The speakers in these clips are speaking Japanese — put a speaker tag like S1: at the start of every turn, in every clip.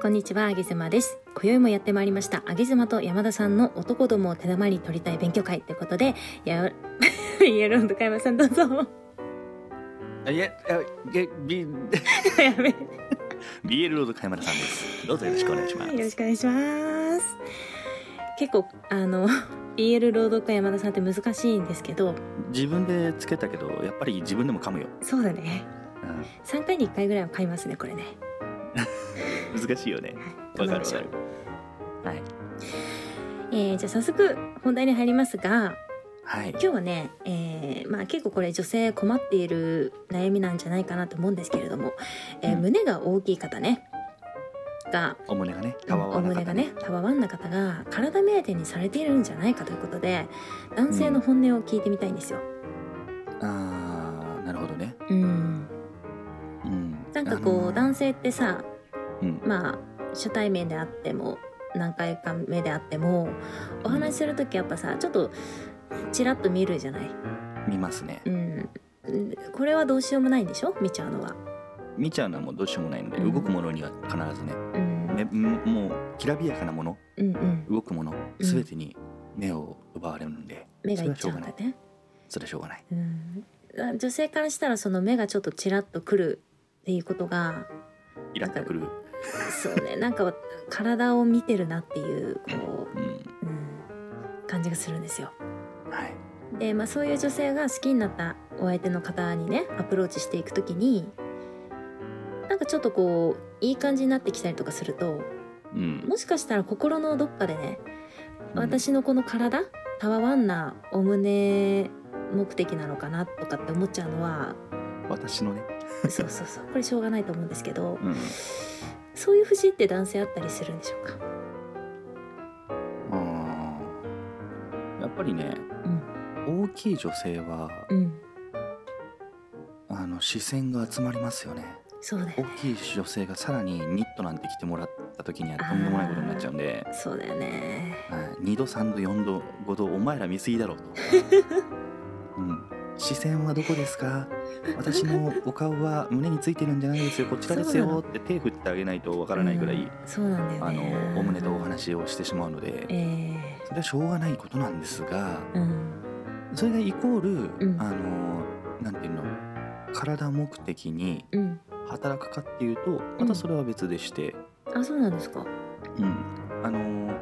S1: こんにちは、あげずまです。今宵もやってまいりました、あげずまと山田さんの男どもを手玉に取りたい勉強会ということで、や、 イエローの高山さんどうぞ。
S2: あいえ、あげ、び、
S1: やべ。よ
S2: BL ロード山田さんです。どうぞよろしくお願いします。
S1: よろしくお願いします。結構、あの、BL 朗読家山田さんって難しいんですけど、
S2: 自分でつけたけど、やっぱり自分でも噛むよ。
S1: そうだね。3回に1回ぐらいは買いますね、これね。
S2: うん、難しいよね。
S1: 頑張り
S2: わか
S1: ま
S2: るわ
S1: しょう
S2: かる。はい。
S1: えー、じゃあ早速本題に入りますが、
S2: はい
S1: 今。日はね、えーまあ、結構これ女性困っている悩みなんじゃないかなと思うんですけれども、えー
S2: うん
S1: 胸が大きい方ねが、
S2: お胸がね、
S1: う
S2: た
S1: ん
S2: わわ
S1: お
S2: なか
S1: 胸
S2: った
S1: がね。たわわんな方が体目当てにされているんじゃないかということで男性の本音を聞いてみたいんですよ。
S2: ああ、なるほどね。
S1: うん、
S2: うん。
S1: なんかこ
S2: あの
S1: う男性ってさ、
S2: うん
S1: まあ初対面であっても何回か目であってもお話しする時やっぱさちょっとちらっと見るじゃない。
S2: 見ますね
S1: う。ん、これはどうしようもないんでしょ見ちゃうのは。
S2: 見ちゃうのはもうどうしようもないので、
S1: うん
S2: 動くものには必ずね、
S1: うん
S2: ね、んもうきらびやかなもの、
S1: うんうん、
S2: 動くもの、
S1: うん
S2: すべてに目を奪われるので、
S1: 目がいっちゃうんだ
S2: そ
S1: ね。
S2: それはしょうがない。
S1: うん、女性からしたらその目がちょっとちらっとくるっていうことが
S2: イラッとくる。
S1: そう ねなんか体を見てるなっていうこ
S2: うん。
S1: う、うん、感じがするんですよ。
S2: はい。
S1: で、まあ、そういう女性が好きになったお相手の方にねアプローチしていくときになんかちょっとこういい感じになってきたりとかすると
S2: うん。
S1: もしかしたら心のどっかでね私のこの体たわわんなお胸目的なのかなとかって思っちゃうの は
S2: 私のね、
S1: そうそうそうこれしょうがないと思うんですけど
S2: うん、
S1: そういう節って男性あったりするんでしょうか
S2: あーやっぱりね、大きい女性は
S1: うん
S2: あの視線が集まりますよね
S1: そうだよ
S2: 大
S1: ね
S2: きい女性がさらにニットなんて着てもらった時にはとんでもないことになっちゃうんで、
S1: そうだよね
S2: はい、2度3度4度5度お前ら見過 ぎだろうと、うん、視線はどこですか私のお顔は胸についてるんじゃないですよこちらです
S1: そうなの
S2: よって手振ってあげないとわからないぐらい、
S1: うんそうなんだよ
S2: あ
S1: ね
S2: のお胸とお話をしてしまうので、
S1: え
S2: それはしょうがないことなんですが、
S1: えうん
S2: それがイコール、
S1: うん
S2: あのなんていうの体目的に
S1: うん
S2: 働くかっていうとまたそれは別でして、
S1: あそうなんですか
S2: うんあの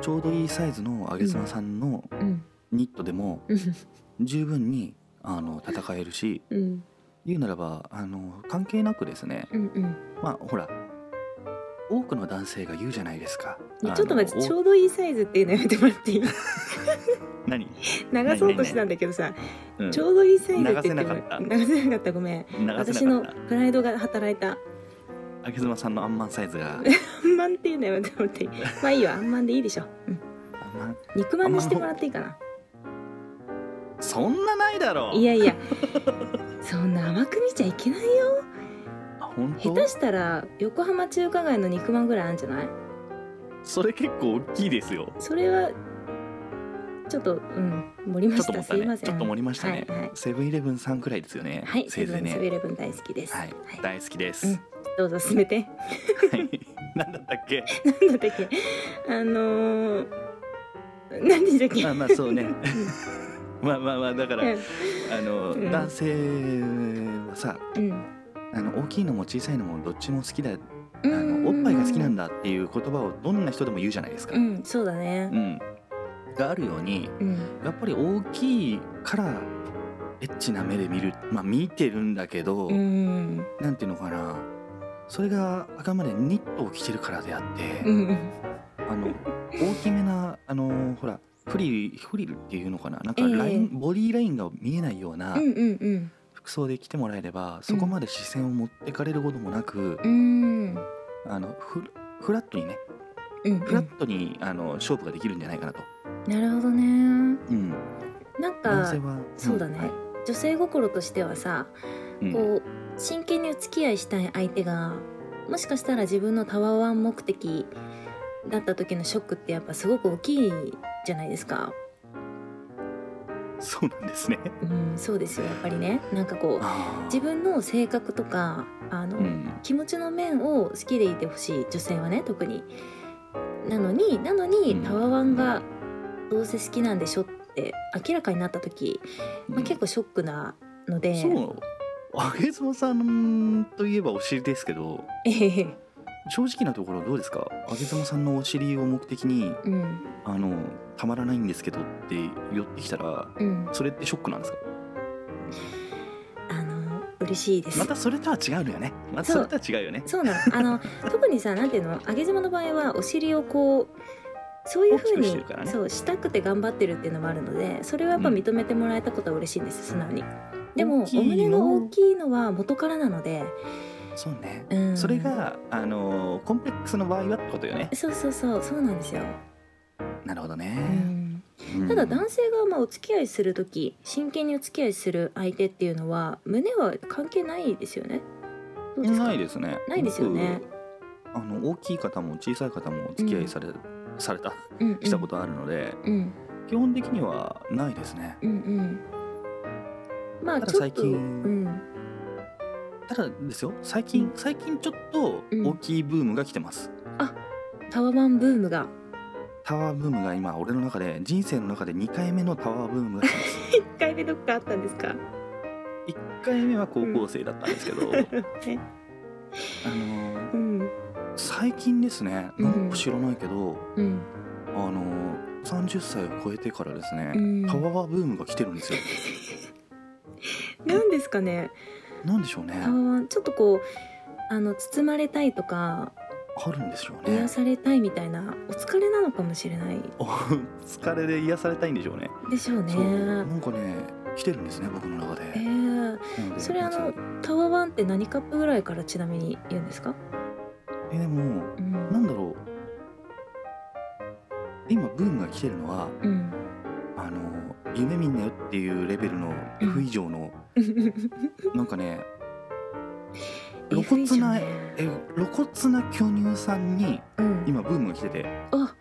S2: ちょうどいいサイズのあげ妻さんの
S1: うん
S2: ニットでも
S1: うん
S2: 十分にあの戦えるし
S1: うん
S2: 言うならばあの関係なくですね
S1: うんうん
S2: まあほら多くの男性が言うじゃないですか。
S1: ね
S2: あ
S1: ちょっと待って
S2: の
S1: ちょうどいいサイズっていうのやめてもらって いい
S2: お何、
S1: 流そうとしたんだけどさ
S2: うん、
S1: ちょうどいいサイズって言って
S2: 流せなかった
S1: 流せなかったごめん
S2: 流
S1: 私
S2: せな
S1: の
S2: かった
S1: プライドが働いた
S2: あげ妻さんのアンマンサイズが
S1: あんまんっていうのやめてもらっていいまあいいよあんまんでいいでしょ、うん、
S2: あんま
S1: 肉まんにしてもらっていいかな
S2: そんなないだろう
S1: いやい やそんな甘く見ちゃいけないよ
S2: あ本当
S1: 下手したら横浜中華街の肉まんぐらいあるんじゃない
S2: それ結構大きいですよ。
S1: それはちょっとうん盛りま
S2: ちょっ
S1: し
S2: と
S1: た
S2: 盛っ
S1: す
S2: た
S1: いま
S2: ね。
S1: せん
S2: ちょっと盛りましたね
S1: はいはい。
S2: セブンイレブンさんくらいですよね。
S1: はい、
S2: せいぜい
S1: セブンイ
S2: ね。
S1: レブン大好きです。
S2: はい、大好きです。
S1: うん
S2: は
S1: どうぞ進めて。
S2: い、 何だったっけ？
S1: なんだっけ、あのー、何でしたっけ。
S2: まあまあそうね。まあまあまあだから
S1: うん
S2: あの
S1: うん
S2: 男性はさ、
S1: うん
S2: あの大きいのも小さいのもどっちも好きだ。あ
S1: うん
S2: のおっぱいが好きなんだっていう言葉をどんな人でも言うじゃないですか
S1: う。ん、そうだね
S2: う。ん。があるように
S1: うん、
S2: やっぱり大きいからエッチな目で見るまあ見てるんだけど。
S1: うん、
S2: なんていうのかなそれがあくまでニットを着てるからであって、
S1: うん、
S2: あの大きめなあのほらフリルフリルっていうのかななんか
S1: ええ
S2: ライン、ボディラインが見えないような
S1: うん、うん、うん、
S2: 服装で着てもらえれば、そこまで視線を持ってかれることもなく、
S1: うん、
S2: あのフフラットにね
S1: うん、
S2: フラットに、あの勝負ができるんじゃないかなと、
S1: なるほどね。
S2: うん、
S1: なん
S2: 男性
S1: か、
S2: は
S1: そうだね
S2: んはい
S1: 女性心としてはさ、
S2: うん
S1: こう、真剣にお付き合いしたい相手が。もしかしたら自分のタワーワン目的。だった時のショックってやっぱすごく大きいじゃないですか。
S2: そうなんですね。
S1: うん、そうですよやっぱりねなんかこう
S2: あー
S1: 自分の性格とかあの、
S2: うん
S1: 気持ちの面を好きでいてほしい女性はね特になのになのに、
S2: うん
S1: タワワンがどうせ好きなんでしょって明らかになった時、まあ、結構ショックなので、
S2: そうあげずまさんといえばお尻ですけど
S1: ええ
S2: 正直なところどうですかあげずまさんのお尻を目的に
S1: うん
S2: あのたまらないんですけどって寄ってきたら
S1: うん
S2: それってショックなんですか
S1: あの嬉しいです
S2: またそれとは違うのよねまた
S1: そ
S2: そうれとは違うよね
S1: そうなのあ の特にさなんていうの上げ妻の場合はお尻をこうそういうふう
S2: 大きくして
S1: に
S2: るからね
S1: そうしたくて頑張ってるっていうのもあるのでそれはやっぱ認めてもらえたことは嬉しいんです素直に。でも
S2: 大きいの
S1: お胸が大きいのは元からなので、
S2: そうね
S1: うん、
S2: それがあのコンプレックスの場合はってことよね
S1: そうそうそうそうなんですよ、
S2: なるほど
S1: う
S2: ね、
S1: ん、
S2: うん
S1: ただ男性がまあお付き合いする時真剣にお付き合いする相手っていうのは胸は関係ないですよねどうですか
S2: ないですね
S1: ないですよね
S2: 僕あの大きい方も小さい方もお付き合いされ、された
S1: うんうん
S2: したことあるので、
S1: うん
S2: 基本的にはないですね
S1: うんうんまあ
S2: ただ
S1: ちょっと
S2: 最近
S1: うん
S2: ただですよ最近、
S1: うん
S2: 最近ちょっと大きいブームが来てます、
S1: タワマンブームが
S2: タワーブームが今俺の中で人生の中で2回目のタワーブームが来て ます
S1: 一回目どっかあったんです か
S2: 1回目は高校生だったんですけど、あ
S1: ね
S2: の
S1: うん
S2: 最近ですねなんか知らないけど、
S1: うん
S2: あの30歳を超えてからですね、
S1: うん
S2: タワーブームが来てるんですよ
S1: 何ですかね
S2: なんでしょうね
S1: タワマンちょっとこうあの包まれたいとか
S2: あるんでしょうね
S1: 癒されたいみたいなお疲れなのかもしれない
S2: お 疲れで癒されたいんでしょうね
S1: でしょうね
S2: そうなんかね来てるんですね僕の中で
S1: えー、
S2: なので
S1: それあのタワワンって何カップぐらいからちなみに言うんですか、
S2: えでも
S1: うん
S2: なんだろう今ブームが来てるのは
S1: うん、
S2: あの夢見んなよっていうレベルの
S1: うん
S2: F 以上の、なんかね露
S1: F 以上
S2: 骨な、
S1: ね
S2: え露骨な巨乳さんに
S1: うん、
S2: 今ブームが来てて
S1: あ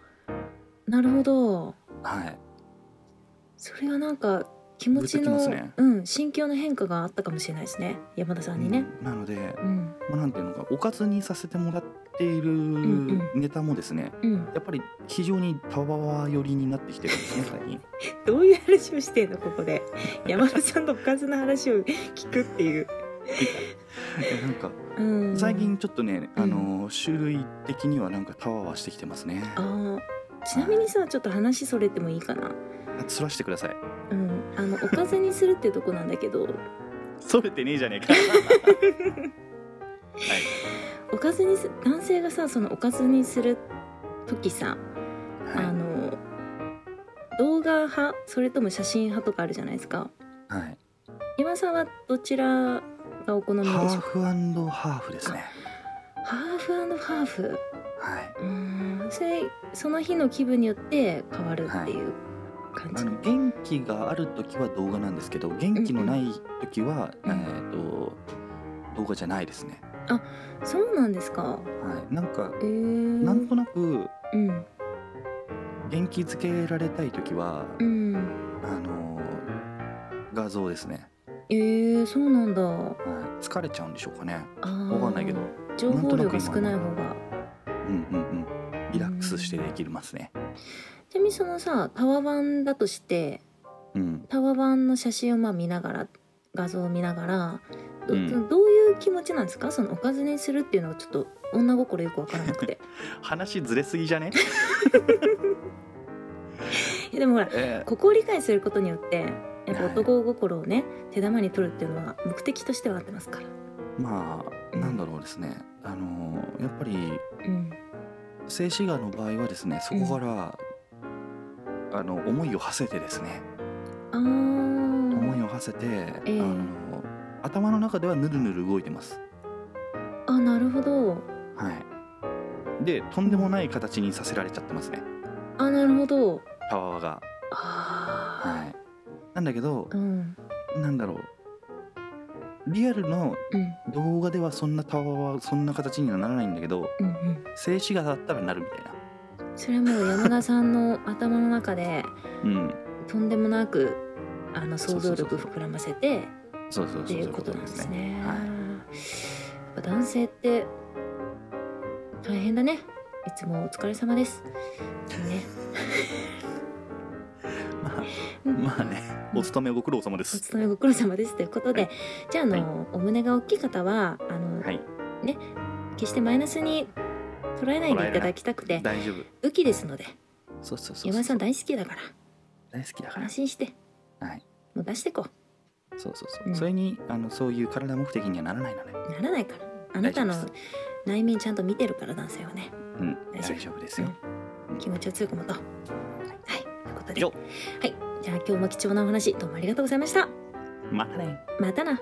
S1: なるほど
S2: はい
S1: それはなんか気持ち
S2: グッ
S1: の、
S2: ときますね
S1: うん、心境の変化があったかもしれないですね山田さんにね、
S2: うんなので、
S1: うん
S2: まあ、なんていうのかおかずにさせてもらってい
S1: ん
S2: るネタもですね、
S1: うん、
S2: やっぱり非常にタワー寄りになってきてる んですね最近
S1: どういう話をしてんのここで山田さんのおかずの話を聞くっていう、
S2: えなんか
S1: うん、
S2: 最近ちょっとね、
S1: うん
S2: あの種類的にはなんかタワーはしてきてますね
S1: あーちなみにさちょっと話それてもいいかな、
S2: つらしてください
S1: うん、あのおかずにするっていうとこなんだけど
S2: それてねえじゃね えか
S1: おかずにす男性がさそのおかずにする時さ、
S2: はい
S1: あの動画派それとも写真派とかあるじゃないですか
S2: はい、はい、
S1: 山田さんはどちらがお好みでしょ
S2: ハ
S1: う
S2: ー
S1: か
S2: フハーフですね
S1: ハーフハーフ
S2: はい、
S1: うーんそれその日の気分によって変わるっていう感
S2: あ
S1: じ、
S2: の元気がある時は動画なんですけど元気のない時は、
S1: うんうん
S2: えっ、と動画じゃないですね
S1: そうなんですか
S2: はいなんか
S1: えー、
S2: なんとなく
S1: うん
S2: 元気づけられたい時は、
S1: うん
S2: あの画像ですね、
S1: えー、そうなんだ
S2: はい、疲れちゃうんでしょうかね
S1: あー
S2: わかんないけど
S1: 情報量が
S2: なんとなく今
S1: 少ない方が
S2: うんうんうんリラックスしてできますね
S1: ちなみにそのさタワワンだとして
S2: うん
S1: タワマンの写真をまあ見ながら画像を見ながらど,、
S2: うん
S1: どういう気持ちなんですかそのおかずにするっていうのがちょっと女心よくわからなく て
S2: 話ずれすぎじゃね、
S1: いやでもほら
S2: え
S1: ここを理解することによってやっぱ
S2: はい
S1: 男心をね手玉に取るっていうのは目的としては合ってますから、
S2: ーまあなんだろうですねあのやっぱり
S1: うん、
S2: 静止画の場合はですねそこから、あの思いを馳せてですね、
S1: あ
S2: 思
S1: ー
S2: いを馳せて、
S1: え
S2: あの頭の中ではぬるぬる動いてます
S1: あなるほど
S2: はいでとんでもない形にさせられちゃってますね
S1: あなるほど
S2: タワワがは
S1: あ
S2: いなんだけど
S1: ー、うん
S2: なんだろうリアルの
S1: うん
S2: 動画ではそんなタワーはそんな形にはならないんだけど
S1: うんうん
S2: 静止画だったらなるみたいな
S1: それはもう山田さんの頭の中で
S2: うん
S1: とんでもなくあの想像力膨らませて
S2: そうそうそう
S1: っ
S2: そ
S1: て
S2: う
S1: い
S2: いううこ
S1: こととなん
S2: で
S1: ですす
S2: ね。
S1: ね。
S2: はい
S1: やっぱ男性って大変だね。いつもお疲れ様です。ね、
S2: まあ
S1: うん
S2: まあね、お勤めご苦労様で
S1: お
S2: す。
S1: 勤めご苦労様ですということで、
S2: は
S1: じゃああの、
S2: はい
S1: お胸が大きい方はあの、
S2: はい、
S1: 決してマイナスに捉えないでいただきたくて
S2: 大丈夫。
S1: 雨季ですので
S2: そうそうそうそう。
S1: 山井さん大好きだから
S2: 大好きだから
S1: 安。心して
S2: はい。
S1: もう出してこ
S2: そうそうそう。
S1: うん
S2: それにあのそういう体目的にはならないのね。
S1: うならないからあなたの
S2: 大丈夫
S1: 内面ちゃんと見てるから男性はね
S2: うん、
S1: 大
S2: 大
S1: 丈夫
S2: 丈夫ですよ。
S1: 気持ちを強く持とうはいということ
S2: 以
S1: では
S2: 上
S1: いじゃあ今日も貴重なお話どうもありがとうございました
S2: またね。
S1: またな